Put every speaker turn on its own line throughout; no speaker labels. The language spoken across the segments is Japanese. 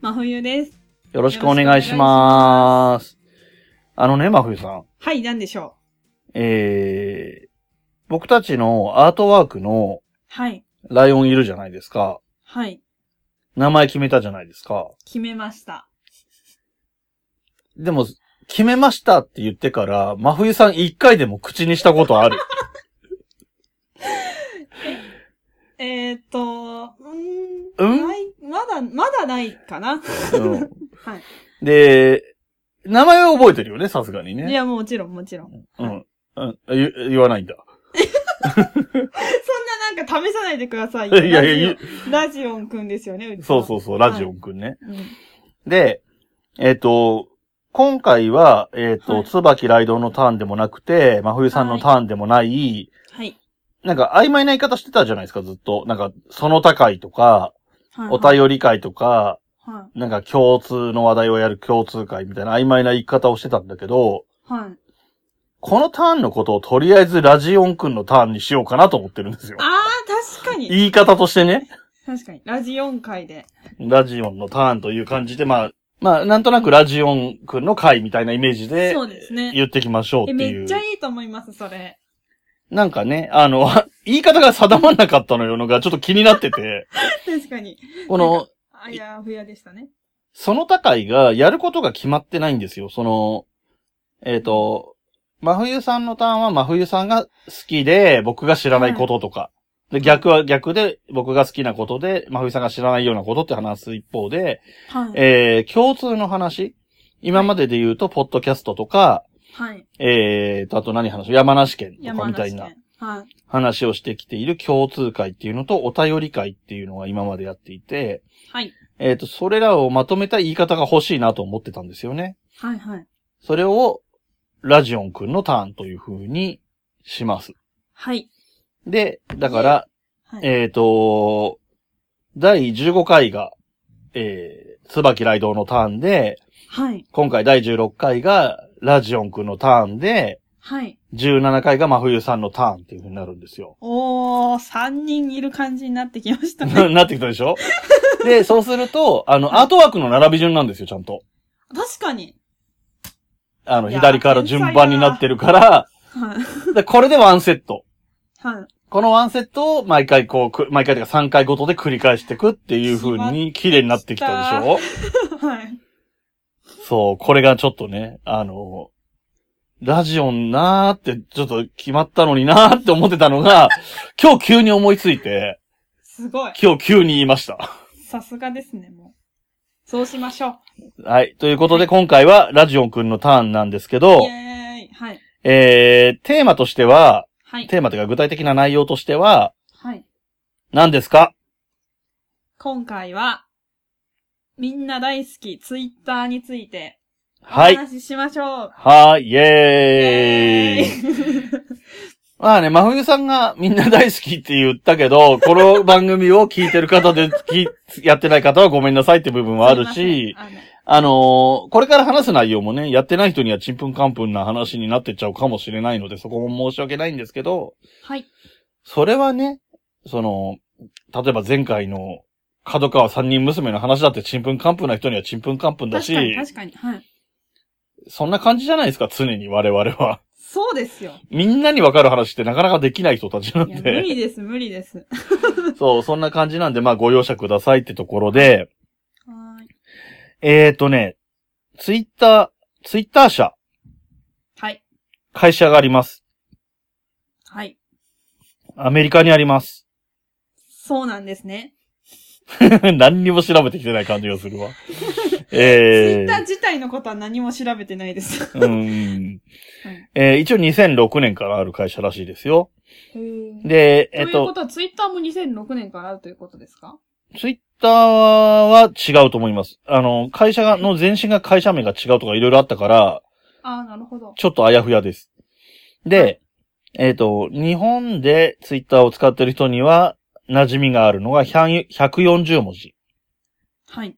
真冬です。
よろしくお願いします。あのね、真冬さん。
はい、なんでしょ
えー、僕たちのアートワークの
う。はい。
ライオンいるじゃないですか。
はい。
名前決めたじゃないですか。
決めました。
でも、決めましたって言ってから、真冬さん一回でも口にしたこ とある。
えーっと、うー
うん
ん。ない、まだ、まだないかな。
うん
はい。
で、名前は覚えてるよね、さすがに
い
ね。
や、もちろん、もちろん。そん
うん。うん、言言わないんだ。
ななんか試さないでください
い
よ。
やいやいや、
ラジオンくんですよね、
そうそううそう、ラジオンくんね。
ちは。うん。
で、えっ、と、今回は、えっ、と、
はい
椿ライドのターンでもなくて、真冬さんのターンでもない、
はい。
なんか曖昧な言い方してたじゃないですか、ずっと。なんか、その他会とか、
はい。
お便り会とか、
は
なんか共通の話題をやる共通会みたいな曖昧な言い方をしてたんだけど、
い。はい。
このターンのことをとりあえずラジオンくんのターンにしようかなと思ってるんですよ。
あー、確かに。
言い方としてね、
確かに。ラジオン会で。
ラジオンのターンという感じで、まあ、まあ、なんとなくラジオンくんの会みたいなイメージで、
そうですね。
言ってきましょうって
え、
いう。
めっちゃいいと思います、それ。
なんかね、あの、 言い方が定まんなかったのよのがちょっと気になって て、
確かに。
この、
あやふやでしたね。
その高いがやることが決まってないんですよ。その、えっ、と、真冬さんのターンは真冬さんが好きで、僕が知らないこととか。で、逆は逆で、僕が好きなことで、真冬さんが知らないようなことって話す一方で、
はい。
えー、共通の話今までで言うと、ポッドキャストとか、
はい。
えーと、あと何話山梨県とか
山
みたい
梨
な。
県。はい。
話をしてきている共通会っていうのとお便り会っていうのが今までやっていて、
はい。
えっ、と、それらをまとめた言い方が欲しいなと思ってたんですよね。
はい、はい。
それを、ラジオンくんのターンという風にします。
はい。
で、だから、
はい。
えっ、と、第15回が、えー、椿雷道のターンで、
はい。
今回第16回がラジオンくんのターンで、
はい。
17回が真冬さんのターンっていう風になるんですよ。
おー、三人いる感じになってきましたね。
ななってきたでしょで、そうすると、あの、アートワークの並び順なんですよ、ちゃんと。
確かに。
あの、
いや
左から順番になってるから、
はい。
でこれでワンセット。
はい。
このワンセットを毎回こうく、毎回というか3回ごとで繰り返していくっていう風に綺麗になってきたでしょ
はい。
そう、これがちょっとね、あの、ラジオンなーって、ちょっと決まったのになーって思ってたのが、今日急に思いついて、
すごい。
今日急に言いました。
さすがですね、もう。そうしましょ
はい。ということで今回はラジオンくんのターンなんですけ
う。
ど
イ、ェーイ。はい。
えー、テーマとしては、
はい。
テーマというか具体的な内容としては、
はい。
何ですか
今回は、みんな大好き、ツイッターについて、お
はい。
話ししましょう。
はーい、イェーイ。
イ ェーイ
まあね、真冬さんがみんな大好きって言ったけ ど、この番組を聞いてる方で、きやってない方はごめんなさいって部分はあるし
すい、ません、あの
あのーこれから話す内容もね、やってない人にはちんぷんかんぷんな話になってっちゃうかもしれないので、そこも申し訳ないんですけど、
はい。
それはね、その、例えば前回の角川三人娘の話だってちんぷんかんぷんな人にはちんぷんかんぷんだ
確かに、
し、
確かに。はい。
そんな感じじゃないですか、常に我々は。
そうですよ。
みんなにわかる話ってなかなかできない人たちなん
いや、無
で、
理です、無理です。は
そう、そんな感じなんで、まあご容赦くださいってところで、
ーい。
えーとね、ツイッター、ツイッター社、
はい。
会社があります。
はい。
アメリカにあります。
そうなんですね。
何にも調べてきてない感じがす るわ。
ツイ
え
ッター自体のことは何も調べてないです。
ー、うん。えー一応2006年からある会社らしいですよ。
へー
で、
とい
え
うこ
っ、
ととは、ツイッターも2006年からあるということですか
ツイッターは違うと思います。あの、会社が、の前身が会社名が違うとかいろいろあったから、
ああ、なるほど。
ちょっとあやふやです。で、えっ、と、日本でツイッターを使ってる人には、馴染みがあるのが100 140文字
はい。
っ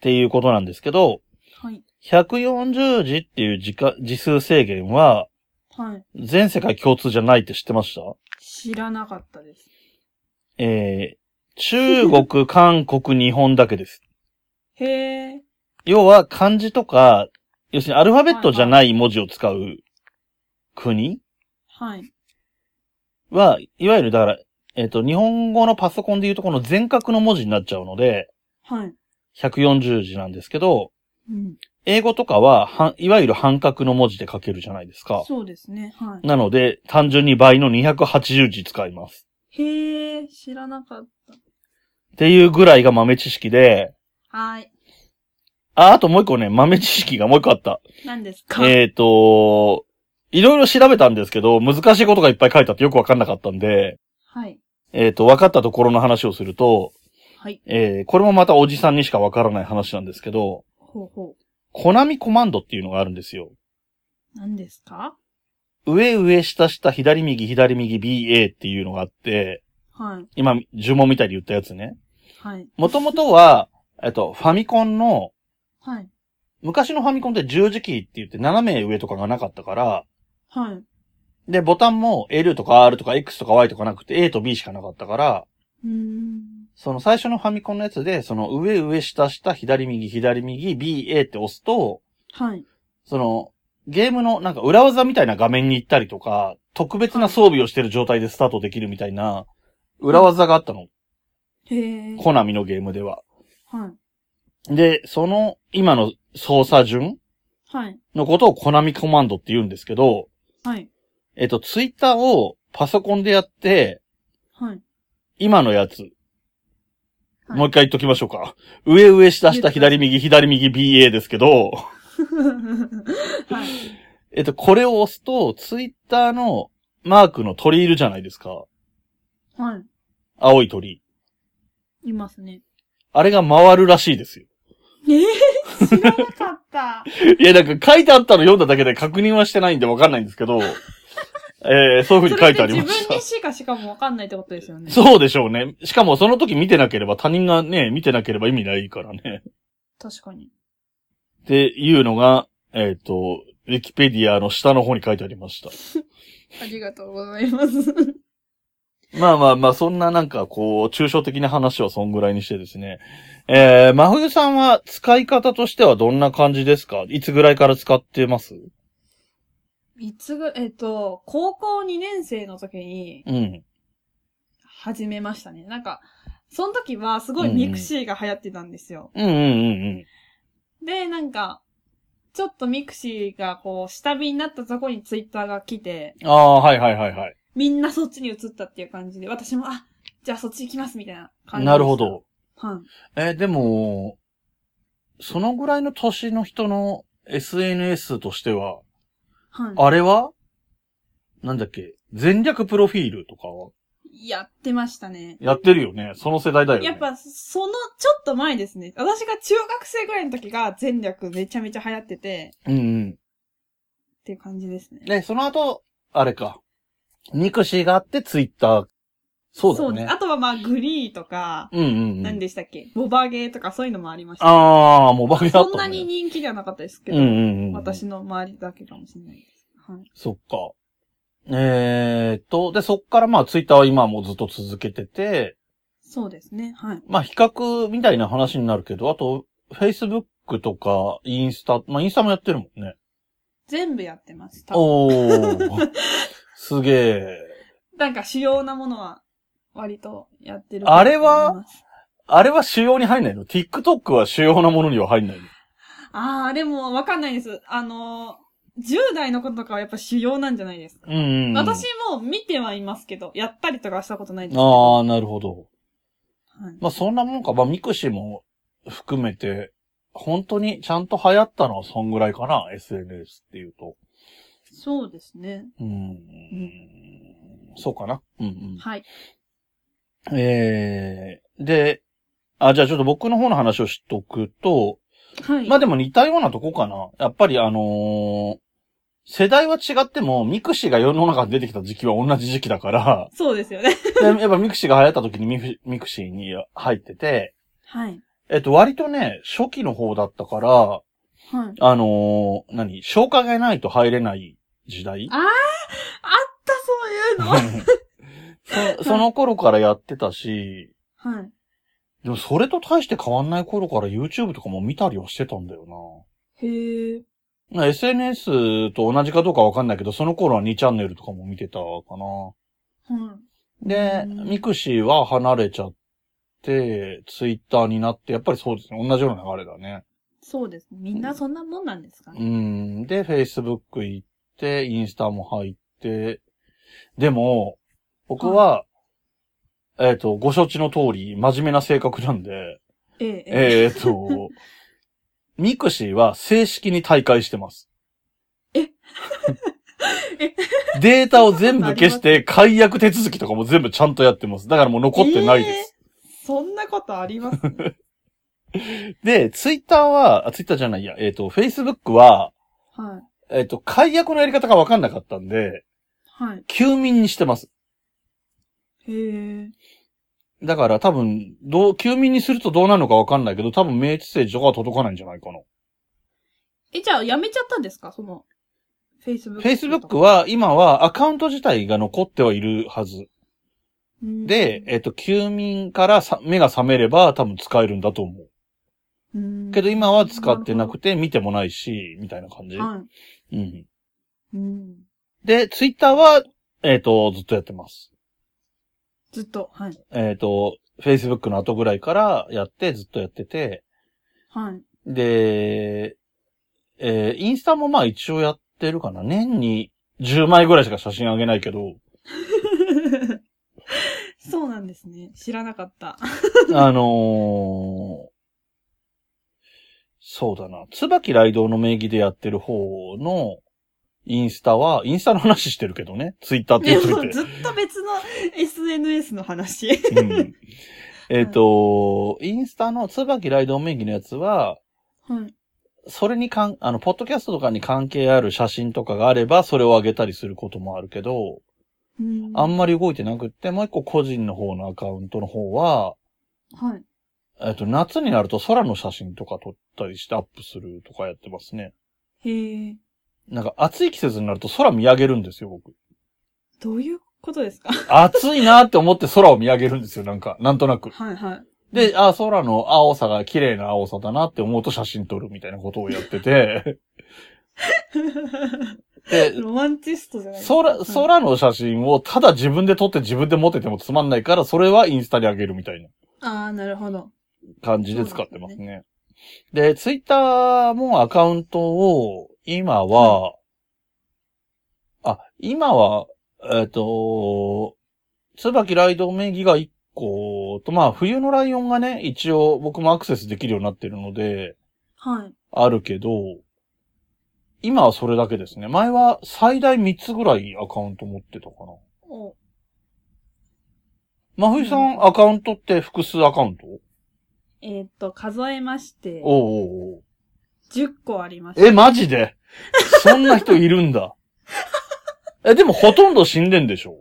ていうことなんですけど、
はい。
140字っていう字か字数制限は、
はい。
全世界共通じゃないって知ってました
知らなかったです。
えー、中国、韓国、日本だけ です。
へえ。
要は漢字とか、要するにアルファベットじゃない文字を使う国
はい。
は、いわゆるだから、えっ、と、日本語のパソコンでいうとこの全角の文字になっちゃうので、
はい。
140字なんですけど、
うん。
英語とかは、半いわゆる半角の文字で書けるじゃないですか。
そうですね。はい。
なので、単純に倍の280字使います。
へえ、知らなかっ
っていうぐらいが豆知識で、
た。はい。
あ、あともう一個ね、豆知識がもう一個あった。
何ですか、
えっ、と、いろいろ調べたんですけど、難しいことがいっぱい書いてあってよくわかんなかったんで、
はい。
えっ、と、わかったところの話をすると、
はい。
えーこれもまたおじさんにしかわからない話なんですけど、
ほうほ
コナミコマンドっていうのがあるんですよ。
う。何ですか
上上下下左右左右 BA っていうのがあって、
はい。
今、呪文みたいに言ったやつね。
はい。
もともとは、えっと、ファミコンの、
はい。
昔のファミコンって十字キーって言って斜め上とかがなかったから、
はい。
で、ボタンも L とか R とか X とか Y とかなくて A と B しかなかったから、
うーん。
その最初のファミコンのやつで、その上上下下左右左右 BA って押すと、
はい。
そのゲームのなんか裏技みたいな画面に行ったりとか、特別な装備をしてる状態でスタートできるみたいな裏技があったの。
へえ。
コナミのゲームでは。
はい。
で、その今の操作順
はい。
のことをコナミコマンドって言うんですけど、
はい。
えっと、ツイッターをパソコンでやって、
はい。
今のやつ。
はい
もう一回言っときましょうか。上上下
言っ
下
て
左右左右 BA ですけど、
はい。
えっと、これを押すと、ツイッターのマークの鳥いるじゃないですか。
はい。
青い鳥。
いますね。
あれが回るらしいですよ。
ええ知らなかった。
いや、なんか書いてあったの読んだだけで確認はしてないんでわかんないんです けど、えー、そういう風に書いてありま
そ
し
れって自分
た
に。しかしかもわかんないってことですよね。
そうでしょうね。しかもその時見てなければ、他人がね、見てなければ意味ないからね。
確かに。
っていうのが、えっ、と、ウィキペディアの下の方に書いてありました。
ありがとうございます。
まあまあまあ、そんななんかこう、抽象的な話はそんぐらいにしてですね。えー、真冬さんは使い方としてはどんな感じですかいつぐらいから使ってます
いつぐ、えっ、と、高校2年生の時に
うん。
始めましたね。なんか、その時はすごいミクシーが流行ってたんですよ。
うんうんうん
で、なんか、ちょっとミクシーがこう、下火になったとこにツイッターが来て、
うん。ああ、はいはいはいはい。
みんなそっちに移ったっていう感じで、私も、あ、じゃあそっち行きますみたいな感じでした
なるほ。ど。
はい。
えーでも、そのぐらいの年の人の SNS としては、
は。
あれはなんだっけ全略プロフィールとかはい
やってましたね。
やってるよね。その世代だよね。
やっぱ、その、ちょっと前ですね。私が中学生ぐらいの時が全略めちゃめちゃ流行ってて、
うんうん。
っていう感じですね。
で、その後、あれか。ミクシーがあって、ツイッター。そうだよ
で
ね
す。あとはまあ、グリーとか、
うんうん、う
何
ん。
でしたっけボバゲーとかそういうのもありました。
ああ、もうバケだった、ね。
そんなに人気ではなかったですけ
うん
ど、
うんうん。
私。の周りだけかもしれないです。はい。
そっか。えーっと、で、そっからまあ、ツイッターは今もずっと続けてて、
そうですね。はい。
まあ、比較みたいな話になるけど、あと、Facebook とか、インスタ、まあ、インスタもやってるもんね。
全部やってます。多分
おー。すげえ。
なんか主要なものは、割とやってる。
あれはあれは主要に入んないの ?TikTok は主要なものには入んないの
ああ、でもわかんないです。あのー、10代の子とかはやっぱ主要なんじゃないですか。
うんうんうん。
私も見てはいますけど、やったりとかはしたことないですけど。
ああ、なるほど。
はい
まあそんなもんか。まあミクシーも含めて、本当にちゃんと流行ったのはそんぐらいかな。SNS っていうと。
そうですね。
うん。そうかな。うん
はい。
うん。えー、で、あ、じゃあちょっと僕の方の話をしとくと、
はい。
まあでも似たようなとこかな。やっぱりあのー世代は違っても、ミクシーが世の中に出てきた時期は同じ時期 だから、
そうですよね。
でやっぱミクシーが流行った時にミフミクシーに入ってて、
はい。
えっと、割とね、初期の方だったから、
はい。
あのー何消化がないと入れない時代
ああった、そういうの。
そその頃からやってたし、
はい。
でもそれと大して変わんない頃から YouTube とかも見たりはしてたんだよ
へえ。
な。な SNS と同じかどうかわかんないけど、その頃は2チャンネルとかも見てたかな。
は
で、
うん
ミクシーは離れちゃって、ツイッターになって、やっぱりそうですね。同じような流れだね。
い。そうです。みんなそんなもんなんですか
う
ね。
ん。で、Facebook 行って、インスタも入って、でも、僕は、えっ、と、ご承知の通り、真面目な性格なんで、
ええ、ええ。
えっ、 と、ミクシーは正式に大会してます。
ええ
データを全部消して、解約手続きとかも全部ちゃんとやってます。だからもう残ってないです。
す。そんなことあり ます
で、ツイッターは、あ、ツイッターじゃないや、えっ、と、フェイスブックは、
はい。
えっ、と、解約のやり方がわかんなかったんで、
はい。
休眠にしてます。
へえ。
だから多分、どう、休眠にするとどうなるのかわかんないけど、多分明治政治とかは届かないんじゃないかな。
え、じゃあ、やめちゃったんですかその、Facebook とか。
Facebook は、今はアカウント自体が残ってはいるはず。
うん
で、、えっ、と、休眠からさ目が覚めれば多分使えるんだと思う。
うん
けど今は使ってなくて、見てもないし、みたいな感じ。
は
うん。
い。うん。
で、Twitter は、えっ、と、ずっとやってます。
ずっと、はい。
えっ、と、Facebook の後ぐらいからやって、ずっとやってて、
はい。
で、えーインスタもまあ一応やってるかな。年に10枚ぐらいしか写真あげないけど、
そうなんですね。知らなか った。
あのーそうだな。椿雷道の名義でやってる方のインスタは、インスタの話してるけどね。ツイッターって
で
言っと
も、
いて。
ずっと別の SNS の話。
うんえっ、と、インスタの椿雷道名義のやつは、
はい。
それにかん、あの、ポッドキャストとかに関係ある写真とかがあれば、それをあげたりすることもあるけど、
うん
あんまり動いてなくって、もう一個個人の方のアカウントの方は、
はい。
えっと、夏になると空の写真とか撮ったりしてアップするとかやってますね。
へえ。
なんか暑い季節になると空見上げるんですよ、僕。
どういうことですか
暑いなって思って空を見上げるんですよ、なんか、なんとなく。
はいはい。
で、あ、空の青さが綺麗な青さだなって思うと写真撮るみたいなことをやってて、で、
ロマンチストじゃないですか。
空、空の写真をただ自分で撮って自分で持っててもつまんないから、それはインスタに上げるみたいな
ああ、なるほど。
感じで使ってますね。で、ツイッターもアカウントを、今は、あ、今は、えっ、と、椿ライド名義が1個と、まあ冬のライオンがね、一応僕もアクセスできるようになってるので、
はい。
あるけど、今はそれだけですね。前は最大3つぐらいアカウント持ってたかな。
お
真冬さん、アカウントって複数アカウント
えーっと、数えまして、
おうおうおう
10個ありました。
え、マジでそんな人いる んだ。え、でもほとんど死んでんでしょ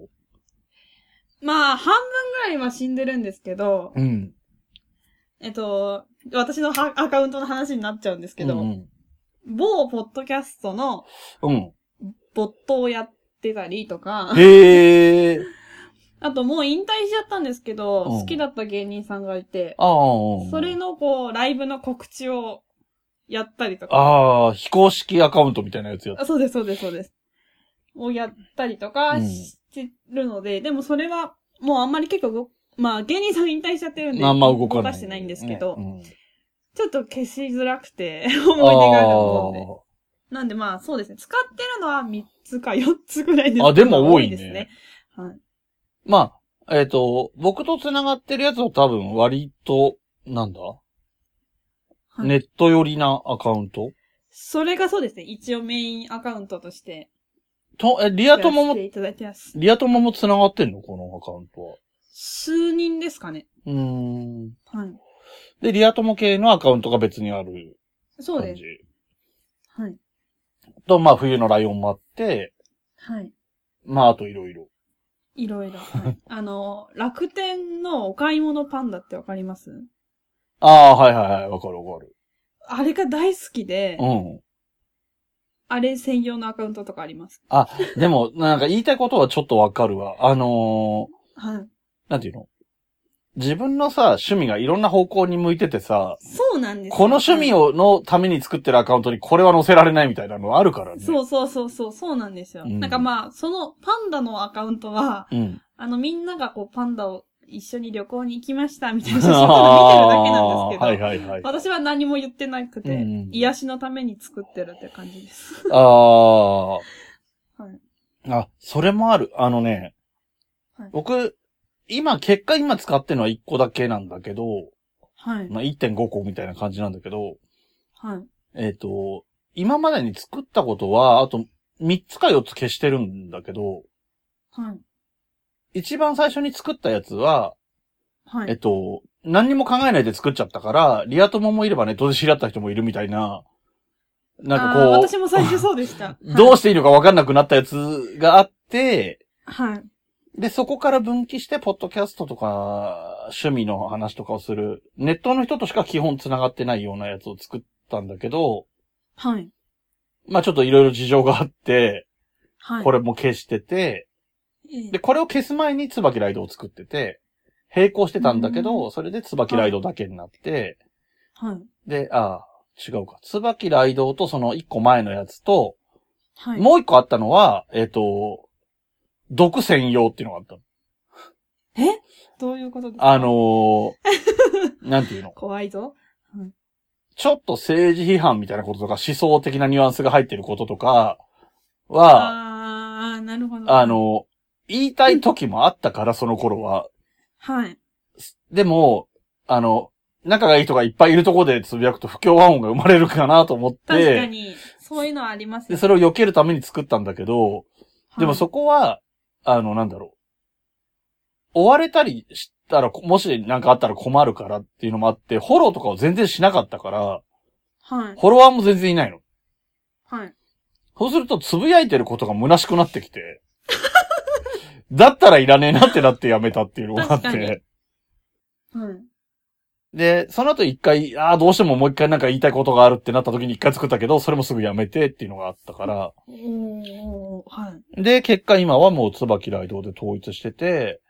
まあ、半分ぐらいは死んでるんですけど、
うん。
えっと、私のはアカウントの話になっちゃうんですけど、
うん
某ポッドキャストの
うん。
ボットをやってたりとか
うん。、へえ。ー。
あともう引退しちゃったんですけど、
うん
好きだった芸人さんがいて、
ああ。
それのこう、ライブの告知をやったりとか、
ああ、非公式アカウントみたいなやつやっ
あそうです、そうです、そうです。をやったりとか
うん
してるので、でもそれはもうあんまり結構動、まあ芸人さん引退しちゃってるんで、
あんま動かな
動
い。
かしてないんですけど、
ね
ちょっと消しづらくて、
う
思
ん
い出があるもんで。
あ
なんでまあそうですね、使ってるのは3つか4つぐらいですけど
あでも多い
で
ね
すね。はい。
ーまあ、えっ、と、僕と繋がってるやつを多分割と、なんだ、
はい
ネット寄りなアカウント
それがそうですね、一応メインアカウントとして。
と、え、リ
や
ア
らせ
友も
ていただいてます。
リア友も繋がってんのこのアカウントは。
数人ですかね。
うーん。
はい。
で、リア友系のアカウントが別にある
そう
感
です
じ。。
はい。
と、まあ、冬のライオンもあって、
はい。
まあ、あといろいろ。
いろいろ。 はい、あの、楽天のお買い物パンダってわかります
ああ、はいはいはい、わかるわかる。
あれが大好きで、
うん。
あれ専用のアカウントとかあります。
あ、でも、なんか言いたいことはちょっとわかるわ。あ
は
の
い。
ー、なんていうの自分のさ、趣味がいろんな方向に向いててさ、
そうなんですよ
この趣味を、のために作ってるアカウントにこれは載せられないみたいなのあるからね。
そうそうそうそう、そうなんですよ。
うん
なんかまあ、そのパンダのアカウントは、
う。うん。
あのみんながこうパンダを一緒に旅行に行きましたみたいな写真をただ見てるだけなんですけど、
あーはいはいはい。
私は何も言ってなくて、
うん
癒しのために作ってるって感じ です。
ああ。
はい
あ、それもある。あのね、
はい
僕、今、結果今使ってるのは1個だけなんだけど、
はい。
まあ、1.5個みたいな感じなんだけど、
はい。
えっ、と、今までに作ったことは、あと3つか4つ消してるんだけど、
はい。
一番最初に作ったやつは、
は
えっ
い。
と、何にも考えないで作っちゃったから、リア友もいればネットで知り合った人もいるみたいな、なんか
あー
こ
私も最初そうでした。
う、どう
し
していいのか分かんなくなったやつがあって、
はい。
で、そこから分岐して、ポッドキャストとか、趣味の話とかをする、ネットの人としか基本繋がってないようなやつを作ったんだけど、
はい。
まあちょっといろいろ事情があって、
はい。
これも消してて、
ええ
で、これを消す前に椿ライドを作ってて、並行してたんだけど、それで椿ライドだけになって、
はい。
で、ああ、違うか。椿ライドとその一個前のやつと、
はい。
もう一個あったのは、えっ、と、毒専用っていうのがあったの。
どういうことですか
あのー なんていうの
怖いぞ。
ちょっと政治批判みたいなこととか思想的なニュアンスが入ってることとかは、
あー、なるほど。
あ、の、言いたい時もあったから、その頃は。
はい。
でも、あの、仲がいい人がいっぱいいるところでつぶやくと不協和音が生まれるかなと思っ
確か
て、
に、そういうのはあります
で、
よ
それを避けるために作ったんだけど、でもそこは、あの、なんだろう。追われたりしたら、もしなんかあったら困るからっていうのもあって、フォローとかを全然しなかったから、
はい。
フォロワーも全然いないの。
はい。
そうすると、つぶやいてることが虚しくなってきて。 だったらいらねえなってなってやめたっていうのがあ
確
っ
かに
て。
はい。
で、その後一回、ああ、どうしてももう一回なんか言いたいことがあるってなった時に一回作ったけど、それもすぐやめてっていうのがあったから。
おー、はい。
で、結果今はもう椿ライドで統一してて、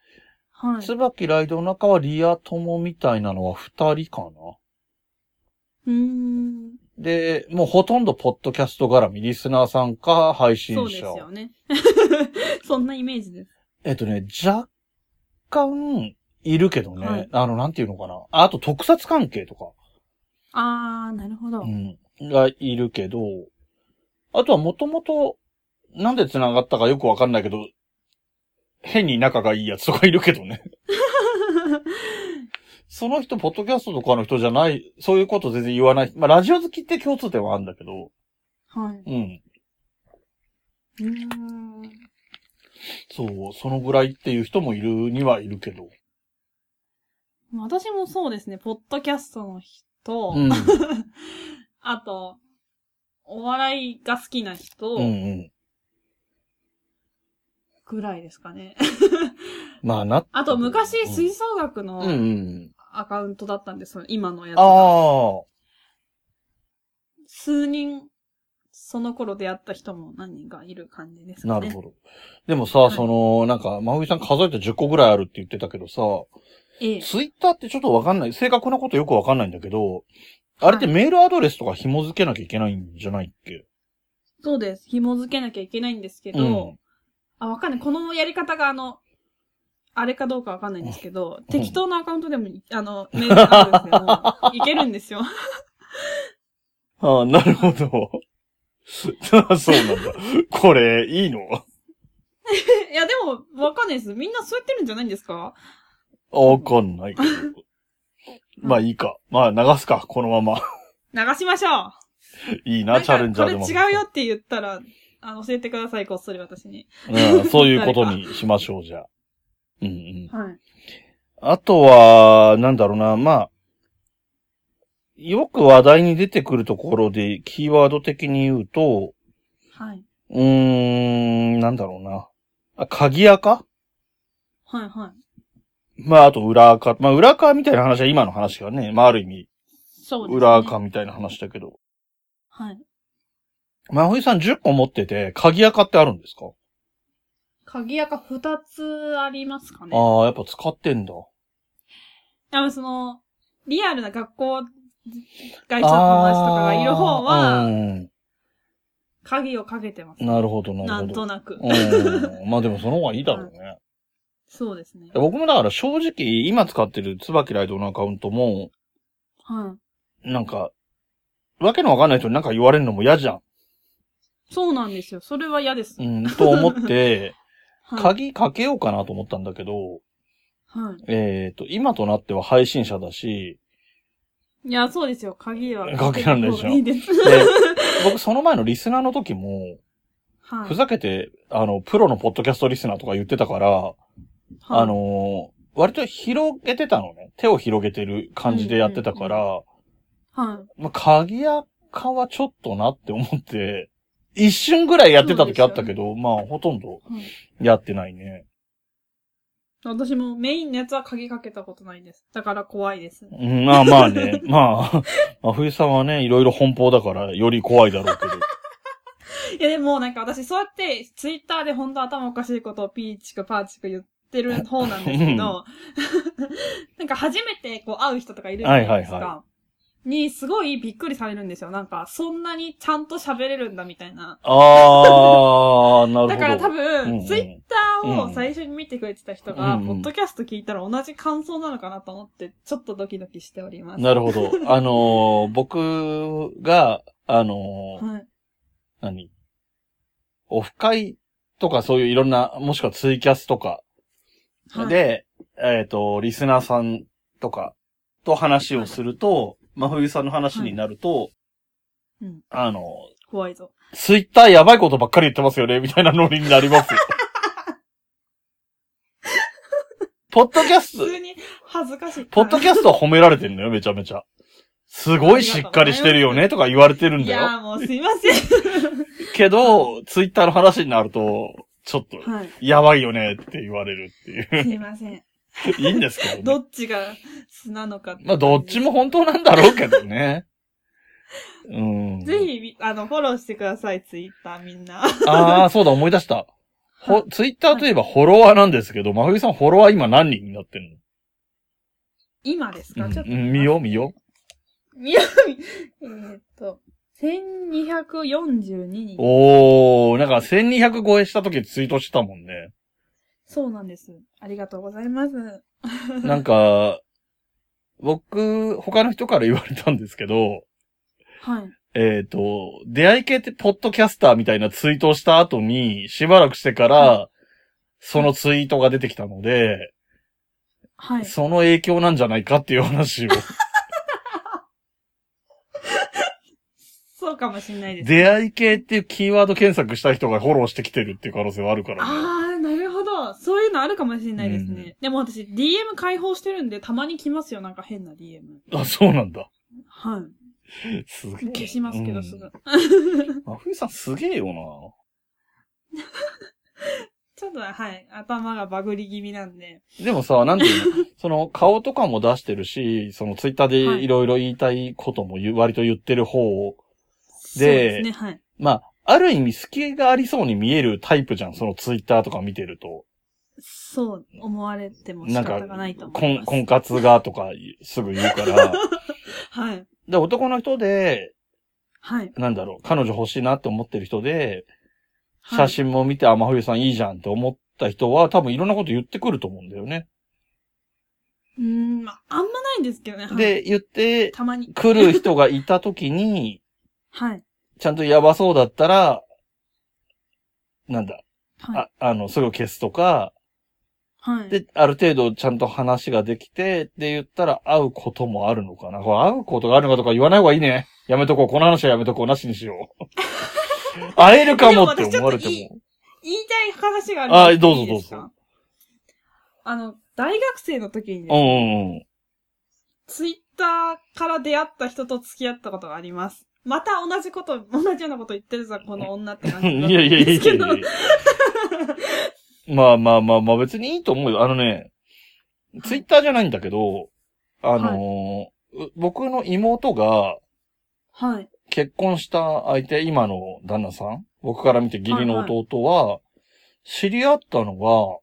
はい。
椿ライドの中はリア友みたいなのは二人かな。
うーん。
で、もうほとんどポッドキャスト絡み、リスナーさんか配信
そうです
者。
よね。 そんなイメージです。
えっとね、若干、いるけどね、
はい
あの、なんていうのかな。ああと、特撮関係とか、
あー、なるほど。
うん、がいるけど、あとはもともと、なんで繋がったかよくわかんないけど、変に仲がいいやつとかいるけどね。 その人、ポッドキャストとかの人じゃない、そういうこと全然言わない。まあ、ラジオ好きって共通点はあるんだけど、
はい。
うん。
うーん。
そう、そのぐらいっていう人もいるにはいるけど。
私もそうですね、ポッドキャストの人、
うん。う
あと、お笑いが好きな人
んうん。
ぐらいですかね。
まあ、な
あと、昔、
うん
吹奏楽の
うんうん。
アカウントだったんですよ、今のやつが。
ああ。
数人、その頃出会った人も何人かいる感じですかね。
なるほど。でも
は
さ、
い
その、なんか、まふいさん数えて10個ぐらいあるって言ってたけどさ、
ええ。
ツイッターってちょっとわかんない、正確なことよくわかんないんだけど、あれってメールアドレスとか紐付けなきゃいけないんじゃないっけ
そうです。紐付けなきゃいけないんですけど、
うん
あ、わかんない。このやり方があの、あれかどうかわかんないんですけど、
うん
適当なアカウントでも、あの、メールあ るんですけど、いけるんですよ。
ああ、なるほど。 そうなんだ。これ、いいの
いや、でも、わかんないです。みんなそうやってるんじゃないんですか
わかんないけど。 まあいいか。まあ流すか、このまま。
流しましょう
いい
な
な、
ん
チャ
か
レンジャーでも。
これ違うよって言ったら、あの、教えてください、こっそり私に。
うん、そういうことにしましょう、じゃあ。うんうん。
はい。
あとは、なんだろうな、まあ、よく話題に出てくるところで、キーワード的に言うと、
はい。
うーん、なんだろうな。あ、鍵垢
はい、はい。
まあ、あと裏垢。まあ、裏垢みたいな話は今の話がね、まあ、ある意味、
そうです、ね。
裏垢みたいな話だけど。
はい。
まふいさん10個持ってて、鍵垢ってあるんですか
鍵垢二つありますかね。
ああ、やっぱ使ってんだ。
あの、その、リアルな学校、外出の友達とかがいる方
あーう
は、
ん。
鍵をかけてます。
なるほど、なるほど。
なんとなく。
うん。まあでもその方がいいだろうね。
そうですね。
僕もだから正直、今使ってる椿ライドのアカウントも、
は
なんか、わけのわかんない人になんか言われるのも嫌じゃん。
い。そうなんですよ。それは嫌です。
うん、と思って、
はい。
鍵かけようかなと思ったんだけど、
は
えっ、と、今となっては配信者だし、
い。いや、そうですよ。鍵は。
かけらんないでしょ
いいです。
で、僕その前のリスナーの時も、
はい。
ふざけて、あの、プロのポッドキャストリスナーとか言ってたから、
はい
あ、のー割と広げてたのね。手を広げてる感じでやってたから、
はい。
まあ、鍵垢はちょっとなって思って、一瞬ぐらいやってた時あったけど、まあ、ほとんど
はい
やってないね。
私もメインのやつは鍵かけたことないです。だから怖いです。
うん、まあまあ ね。まあ、まあ、冬さんはね、いろいろ奔放だから、より怖いだろう けど。
いやでもなんか私そうやってツイッターで本当頭おかしいことをピーチクパーチク言ってる方なんですけど、 なんか初めてこう会う人とかいるじゃないですか。
はいはい
にすごいびっくりされるんですよ。なんかそんなにちゃんと喋れるんだみたいな。
あー、なるほど。
だから多
うんう
分、
ん
ツイッターを最初に見てくれてた人が、
うんうん
ポッドキャスト聞いたら同じ感想なのかなと思って、ちょっとドキドキしております。
なるほど。あのー僕が、あのー
はい。
何オフ会とかそういういろんな、もしくはツイキャスとか
はい、
で、えっ、と、リスナーさんとかと話をすると、真冬さんの話になると、
うん
あの、
怖いぞ。
ツイッターやばいことばっかり言ってますよね、みたいなノリにな りますよ。ポッドキャス
普
ト、
通に恥ずかしい。
ポッドキャストは褒められてんのよ、めちゃめちゃ。すごいしっかりしてるよね、とか言われてるん
い
だ
や
よ。
ーもうすいません。
けど、ツイッターの話になると、ちょっと、
はい。
やばいよねって言われるっていう。
すいません。
いいんですけどね。
どっちが素なのかて
まあ、どっちも。本当なんだろうけどね。うん。
ぜ。ひ、あの、フォローしてください、ツイッターみんな。
ああ、そうだ、思い出した。ほ、ツイッターといえばフォロワーなんですけど、まふぎさんフォロワー今何人になってる
今です
の
かちょっと。
うんうん、見よう、見よ
見よう。えーっと、1242
う。
人。
おー、なんか1200超えした時ツイートしてたもんね。
そうなんです。ありがとうございます。
なんか、僕、他の人から言われたんですけど、
はい。
えっ、と、出会い系ってポッドキャスターみたいなツイートをした後に、しばらくしてから、そのツイートが出てきたので、
はい。
その影響なんじゃないかってい う話を。
そうかもしれないです。
出会い系っていうキーワード検索した人がフォローしてきてるっていう可能性はあるからね、
あー、なるほど。そういうのあるかもしれないですね。でも私、DM 開放してるんで、たまに来ますよ、なんか変な DM。
あ、そうなんだ。
はい。
すげえ。
消しますけど、すぐ。
うん。真冬さんすげえよ
ちょっと、はい。頭がバグり気味なんで。
な。でもさ、なんてい うのその顔とかも出してるし、そのツイッターでいろいろ言いたいことも言う割と言ってる方を、
そうですね、はい。
まあ、ある意味隙がありそうに見えるタイプじゃん、そのツイッターとか見てると。
そう思われても仕
なんか
方がないと、思い
婚
ます。
婚活がとかすぐ言 うから。
はい。
で、男の人で、
はい。
なんだろう、彼女欲しいなって思ってる人で、
はい
写真も見て、あ、真冬さんいいじゃんって思った人は、多分いろんなこと言ってくると思うんだよね。
うーん、まあ、あんまないんですけどね。はい、
で、言って
たまに。
くる人がいた時に、
はい。
ちゃんとやばそうだったら、なんだ、
はい。
あ、あの、それを消すとか、
はい。
で、ある程度ちゃんと話ができて、で言ったら会うこともあるのかな。これ会うことがあるのかとか言わない方がいいね。やめとこう。この話はやめとこう。なしにしよ う。会えるかもって思われて
でも私ちょっ
も。
言いたい話があるんですけ
あどうぞ
いいですか
どう
あの、大学生の時に、
うんうんうん。
ツイッターから出会った人と付き合ったことがあります。また同じこと、同じようなこと言ってるぞ、この女って感
い
じ
や
だったん
いやいやい
で
や
す
いや
け
い
ど。
や。まあまあまあまあ別にいいと思うよ。あのね、ツイッターじゃないんだけど、あのーう僕の妹が
はい。
結婚した相手、今の旦那さん、僕から見て義理の弟は、知り合ったの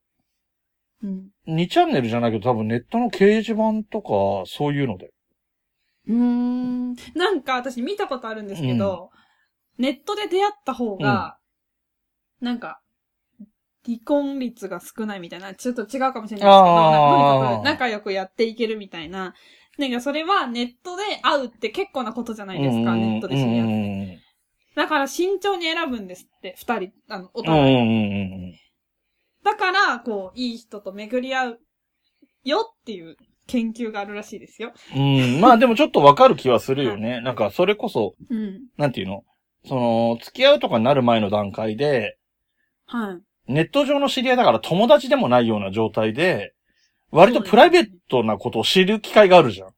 が、
うん。
2チャンネルじゃないけど多分ネットの掲示板とか、そういうので。
うーん。なんか私見たことあるんですけど、ネットで出会った方が、なんか、離婚率が少ないみたいな、ちょっと違うかもしれないですけど、
あ
なん
ー
かとにかく仲良くやっていけるみたいな。なんかそれはネットで会うって結構なことじゃないですか、
うんうんうん
ネットで知り合
う
って。
んうんうん
だから慎重に選ぶんですって、二人、あの、お
うん
互い。
うんうん。
だから、こう、いい人と巡り合うよっていう研究があるらしいですよ。
うん、まあでもちょっとわかる気はするよね。なんかそれこそ、
うん。
なんていうのその、付き合うとかになる前の段階で、
はい。
ネット上の知り合いだから友達でもないような状態で、割とプライベートなことを知る機会があるじゃん。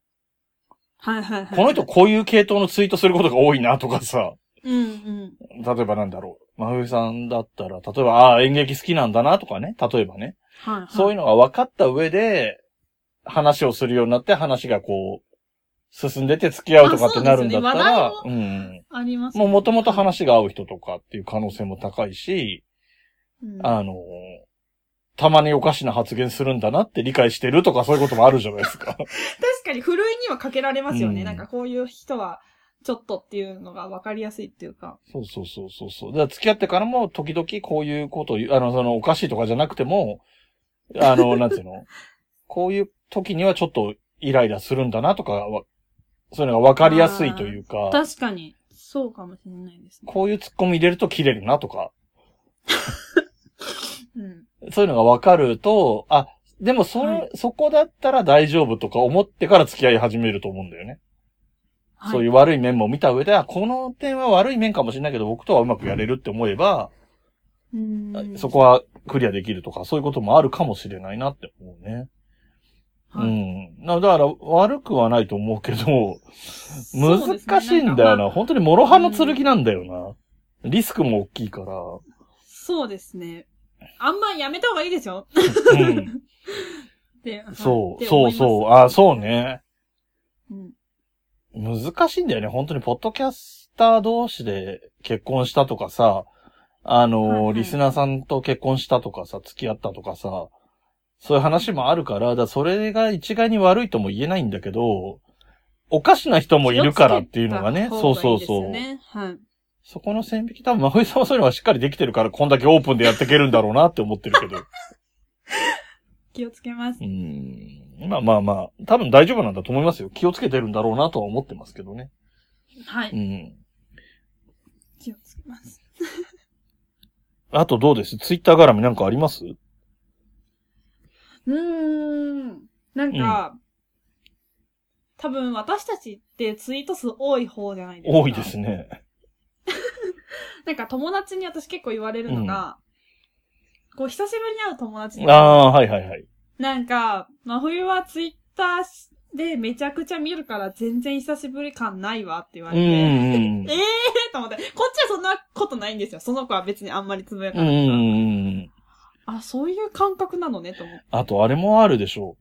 はいはいはい。
この人こういう系統のツイートすることが多いなとかさ、
うんうん。
例えばなんだろう。まふみさんだったら、例えば、ああ、演劇好きなんだなとかね。例えばね。
はい、はい。
そういうのが分かった上で、話をするようになって話がこう、進んでて付き合うとかってなるんだったら
あ、そう
うん。
あります、
もう元々話が合う人とかっていう可能性も高いし、
うん
あの、たまにおかしな発言するんだなって理解してるとかそういうこともあるじゃないで すか。
確かに、ふるいにはかけられますよね。
うん
なんか、こういう人は、ちょっとっていうのが分かりやすいっていうか。
そうそうそうそうそう。だから付き合ってからも時々こういうことを言う、あの、そのおかしいとかじゃなくても、あ の、なんていうのこういう時にはちょっとイライラするんだなとかは、そういうのが分かりやすいというか、
確かに、そうかもしれないですね。
こういう突っ込み入れると切れるなとか、
うん。
そういうのが分かると、あ、でもそれ、
はい
そこだったら大丈夫とか思ってから付き合い始めると思うんだよね。
はい、。
そういうう悪い面も見た上で、あ、この点は悪い面かもしれないけど、僕とはうまくやれるって思えば、
ん。
そこはクリアできるとか、そういうこともあるかもしれないなって思うね。
はい
うん。なだから、悪くはないと思うけど、
そうですね
難しいんだよな。
なんかまあ
本当に諸刃の剣なんだよな。リスクも大きいから。
そうですね。あんまやめた方がいいですよ。
うん、
ではい
そう、
って
そ
思いうます
そう。あ、そうね。
うん。
難しいんだよね。本当に、ポッドキャスター同士で結婚したとかさ、あのー
はいはい
リスナーさんと結婚したとかさ、付き合ったとかさ、そういう話もあるから、だからそれが一概に悪いとも言えないんだけど、おかしな人もいるからっていうのがね、
気
そ
を
う
つけた方がい
そう
いです
そう。
よねはい。
そこの線引き多分、まふいさんはそういうのがしっかりできてるから、こんだけオープンでやっていけるんだろうなって思ってるけ ど。う
気をつけます。
ーん。まあまあまあ、多分大丈夫なんだと思いますよ。気をつけてるんだろうなとは思ってますけどね。
は
う
い。
ん。
気をつけます。
あとどうですツイッター絡みなんかあります
うーん。なんか、多分私たちってツイート数多い方じゃないですか。
多いですね。
なんか友達に私結構言われるのが、こう久しぶりに会う友達に
ああ、はいはいはい。
なんか、真冬はツイッターでめちゃくちゃ見るから全然久しぶり感ないわって言わ
う
れて、え
んうん
えーと思って、こっちはそんなことないんですよ。その子は別にあんまりつぶやか
うん。うん
ない。
うんうん。
あ、そういう感覚なのねと思って。
あと、あれもあるでしょ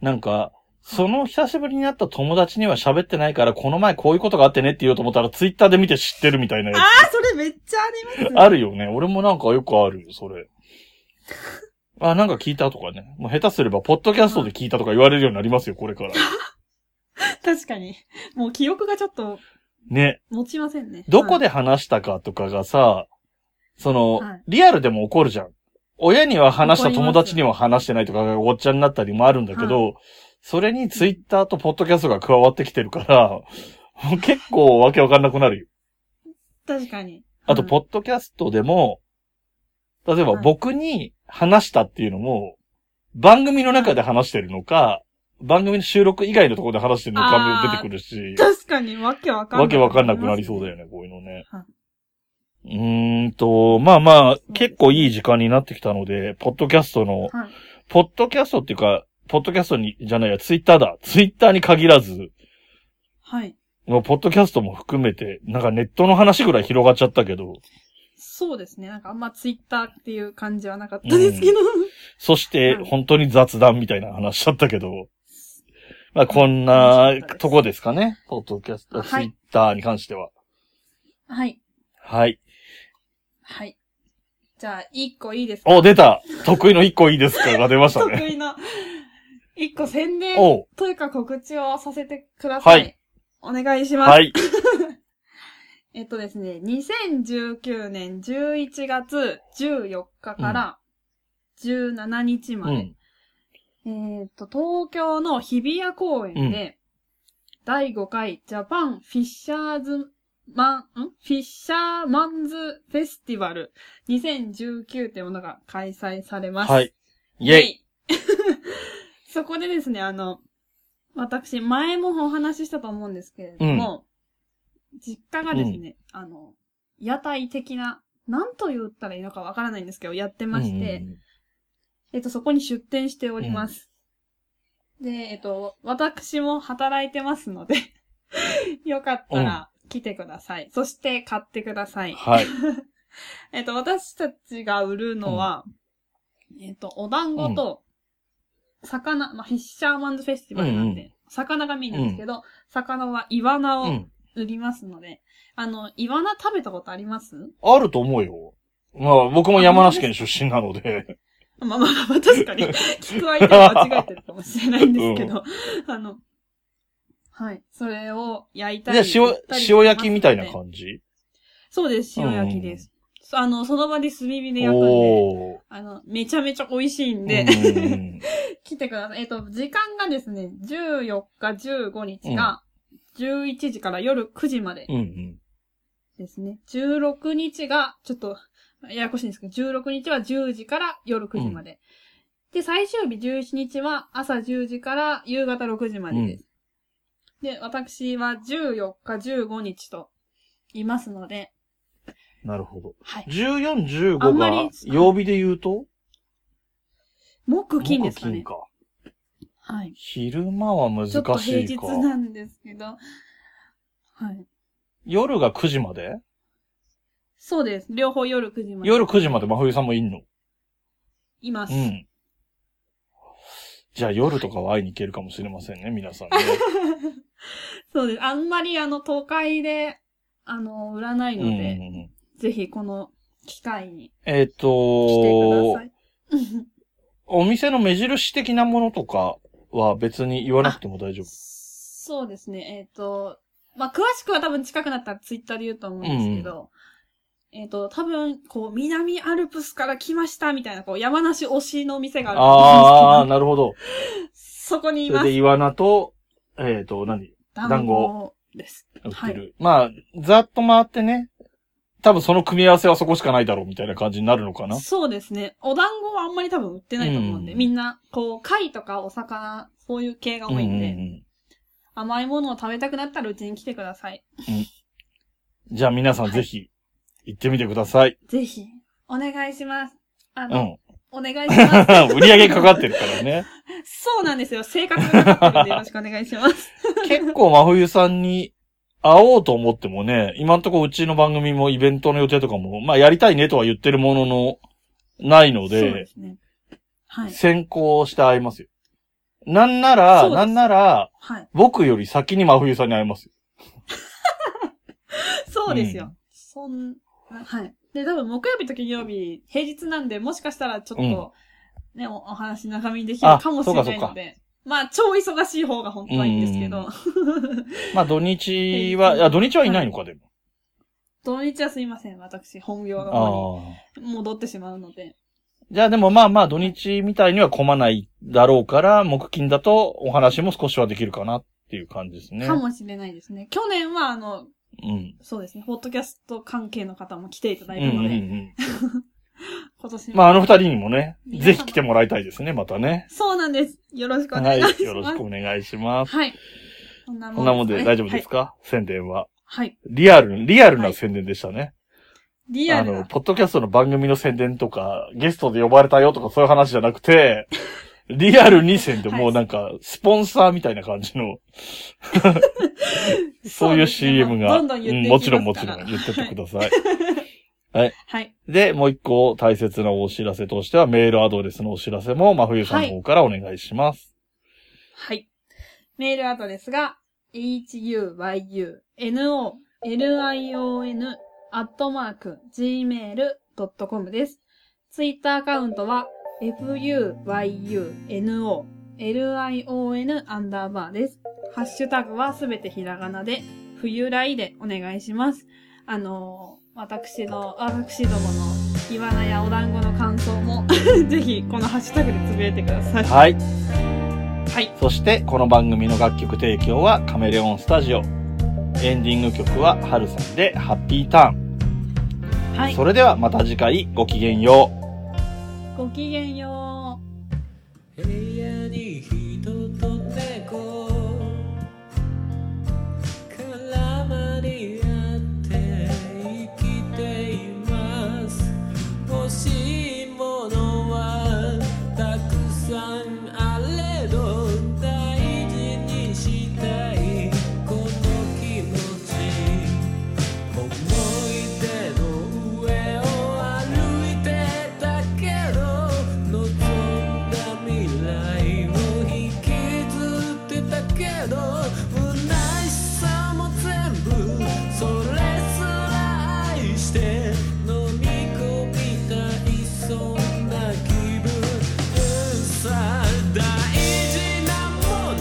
う。なんか、その久しぶりに会った友達には喋ってないから、この前こういうことがあってねって言おうと思ったら、ツイッターで見て知ってるみたいなや
あー、それめっちゃあり
つ。
ま
あるよね。俺もなんかよくあるよ、それ。あ、なんか聞いたとかね。もう下手すれば、ポッドキャストで聞いたとか言われるようになりますよ、これから。
す。確かに。もう記憶がちょっと
ね。
持ちませんね。
どこ
で、
で話したかとかがさ、その、
はい
リアルでも起こるじゃん。親には話した友達には話してないとかがごっちゃになったりもあるんだけど、それにツイッターとポッドキャストが加わってきてるから、もう結構わけわかんなくなるよ。
確かに。
あと、
はい
ポッドキャストでも、例えば
はい
僕に話したっていうのも、番組の中で話してるのか、番組の収録以外のところで話してるのかも出てくるし。
確かに、わけわかんない。
わけわかんなくなりそうだよ
ね。
ね、こういうのね
は。
うーんと、まあまあ
す、ね
結構いい時間になってきたので、ポッドキャストの、
はい。
ポッドキャストっていうか、ポッドキャストに、じゃないや、ツイッターだ。ツイッターに限らず、
はい。
もうポッドキャストも含めて、なんかネットの話ぐらい広がっちゃったけど、
そうですね。なんかあんまツイッターっていう感じはなかったですけど。
そして
うん
本当に雑談みたいな話だったけど、まあこんなとこですかね、ポッドキャスト、ツイ
はい
ッターに関しては。
はい。
はい。
はい。じゃあ、一個いいですか
お、出た得意の一個いいですかが出ま した
得
ね。
意な。一個宣伝
おう
というか告知をさせてください。
はい
お願いします。
はい。
えっとですね、2019年11月14日から17日ま
う
で、
ん。
えーっと、東京の日比谷公園で、第5回ジャパンフィッシャーズマン、んフィッシャーマンズフェスティバル2019というものが開催されます。
はい。イェイ。
イェイ そこでですね、あの、私、前もお話ししたと思うんですけれども、実家がですね、あの、屋台的な、なんと言ったらいいのかわからないんですけど、やってまして、
うん
えっと、そこに出店しております。で、えっと、私も働いてますので、 よかったら来てください。そして買ってください。
はい。
えっと、私たちが売るのは、えっと、お団子と、魚、まあ、フィッシャーマンズフェスティバルなんで、
う
魚がメインなんですけど、魚はイワナ
う
を
ん。
売りますので、あの、イワナ食べたことあります
あると思うよ。まあ僕も山梨県出身なので。
まあまあまあ、確 かに、聞く相手は間違えてるかもしれないんですけど、あの、はい、それを焼いたり
で、
売
塩
っ、たりします
塩焼きみたいな感じ
そうです、塩焼きです。あの、その場で炭火で焼くんで、
おー。
あの、めちゃめちゃ美味しいんで、
うん
来てください。えっ、と、時間がですね、14日、15日が、11時から夜9時まで
うんうん。
ですね。16日が、ちょっと、ややこしいんですけど、16日は10時から夜9時まで。で、最終日17日は朝10時から夕方6時までです。で、私は14日、15日と、いますので、
なるほど。
はい。
14、
あ
15
んまり
が曜日で言うと
木金ですか
木
ね。
金か。
はい。
昼間は難し
ちょっと平
い
日
か。
なんですけど、はい。
夜が9時まで
そうです。両方夜9時まで。
夜9時まで真冬さんもいんの
います。
うん。じゃあ夜とかは会いに行けるかもしれませんね、皆さんね。
そうです。あんまりあの、都会で、あの、売ら ないの
うんうん
で、
うん
ぜひこの機会に
えっと
来てください。
お店の目印的なものとかは別に言わなくても大丈夫。
そうですね、えっ、と、まあ、詳しくは多分近くなったらツイッターで言うと思うんですけど、えっ、と、多分、こう、南アルプスから来ましたみたいな、こう、山梨推しの店があると
ああ、
思うんで
なるほど。
すけど、そこにい
そ
ま
れ
す
で。イワナと、えっ、と、何
団子です。
売っ
は
て
い。
る。まあ、ざっと回ってね、多分その組み合わせはそこしかないだろうみたいな感じになるのかな。
そうですね。お団子はあんまり多分売ってないと思うんで、
うん
みんな、こう、貝とかお魚、そういう系が多いんで、
うんうん
甘いものを食べたくなったらうちに来てください。
うんじゃあ皆さんぜひ、行ってみてください。
ぜひ、お願いします。あ
う
の、
ん。
お願いします。
売り上げかかってるからね。
そうなんですよ。生活がかか ってるんでよろしくお願いします。
結構真冬さんに会おうと思ってもね、今んとこうちの番組もイベントの予定とかも、まあやりたいねとは言ってるものの、ないの
そう
で
で、すね。はい。
先行して会いますよ。なんなら、
そうです
なんなら、
はい。
僕より先に真冬さんに会いますよ。
そうですよ。
う
そんな、はい。で、多分木曜日と金曜日、平日なんで、もしかしたらちょっと、ね、おお話長めにできるかもしれない
あそうかそ
ので、まあ、超忙しい方が本当はいいんですけど、
まあ土日は、あ、土日はいないのか、でも。
土日はすいません。私、本業の方
ああ。
に戻ってしまうので、
じゃあでもまあまあ土日みたいには混まないだろうから、木金だとお話も少しはできるかなっていう感じですね。
かもしれないですね。去年は、あの、
うん。
そうですね、ポッドキャスト関係の方も来ていただ
うん
いうたので、
んうん。
今年も、
まああの二人にもね、
皆様
ぜひ来てもらいたいですね、またね。
そうなんです。よろしくお
は
願い
い
します。。
よろしくお願いします。
はい。こんな
こんなもんで大丈夫です
か、
か、宣伝は。
はい、はい。
リアル、リアルな宣伝でしたね。
リア
あ
ル
の、
な。
ポッドキャストの番組の宣伝とか、ゲストで呼ばれたよとかそういう話じゃなくて、リアル2選で
はい
もうなんか、スポンサーみたいな感 じの、そういう CM が、
どんどん言ってい
うん
き
も
ます
ち
から
ろんもちろん言ってってください。
はい。
で、もう一個大切なお知らせとしては、メールアドレスのお知らせも、真冬さんの方からお願いします。
はい。メールアドレスが、huyuno,lion, アットマーク、gmail.com です。ツイッターアカウントは、fuyuno, lion, アンダーバーです。ハッシュタグはすべてひらがなで、冬来でお願いします。あのー私の、私どもの、イワナやお団子の感想も、 ぜひ、このハッシュタグでつぶやいてください。
はい。
はい。
そして、この番組の楽曲提供はカメレオンスタジオ。エンディング曲はハルさんでハッピーターン。
はい。
それではまた次回ごきげんよう。
ごきげんよう。
部屋に人と猫絡まり合って生きています欲しいものはたくさんあれど大事にしたいこの気持ち思い出の上を歩いてたけど望んだ未来を引きずってたけど虚しさも全部それすら愛して飲み込みたいそんな気分うんさ大事なもの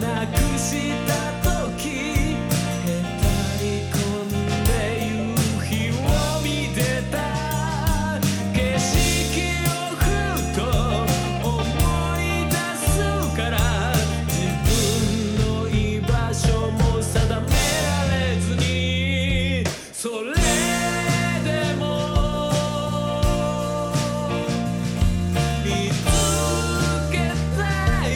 なくした時へたり込んで夕日を見てた景色をふと思い出すから自分の居場所も定められずにそれでも見つけたい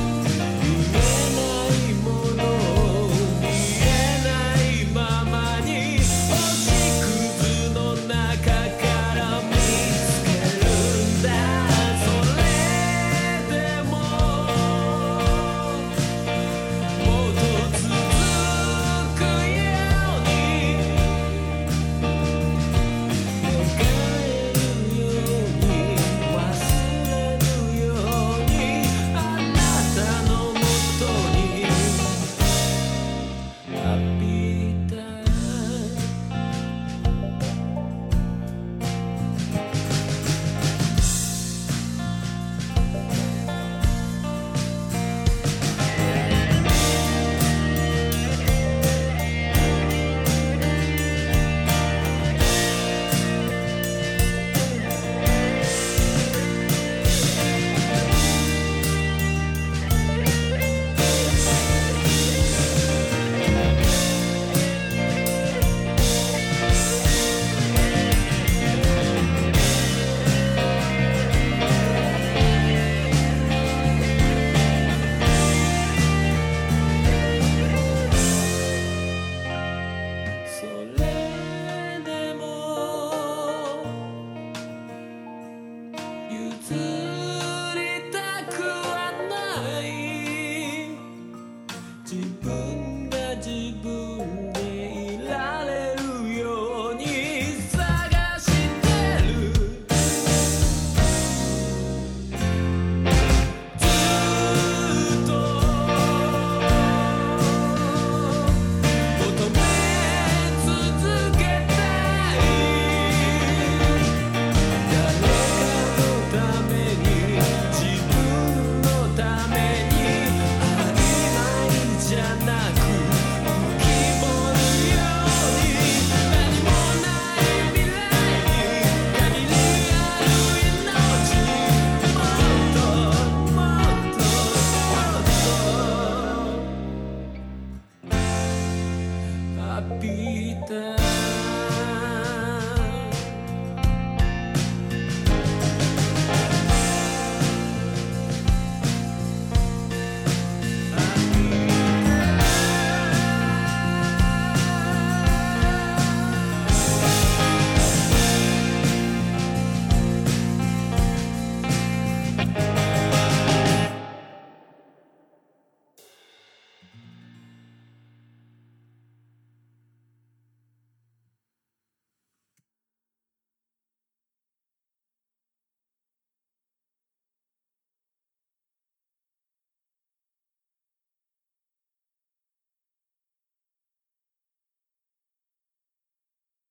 見えないもの見えないままに星屑の中から見つけるんだそれでももっと続くように「願えるように忘れるようにあなたのもとに」「浴びた」それでも譲りたくはない自分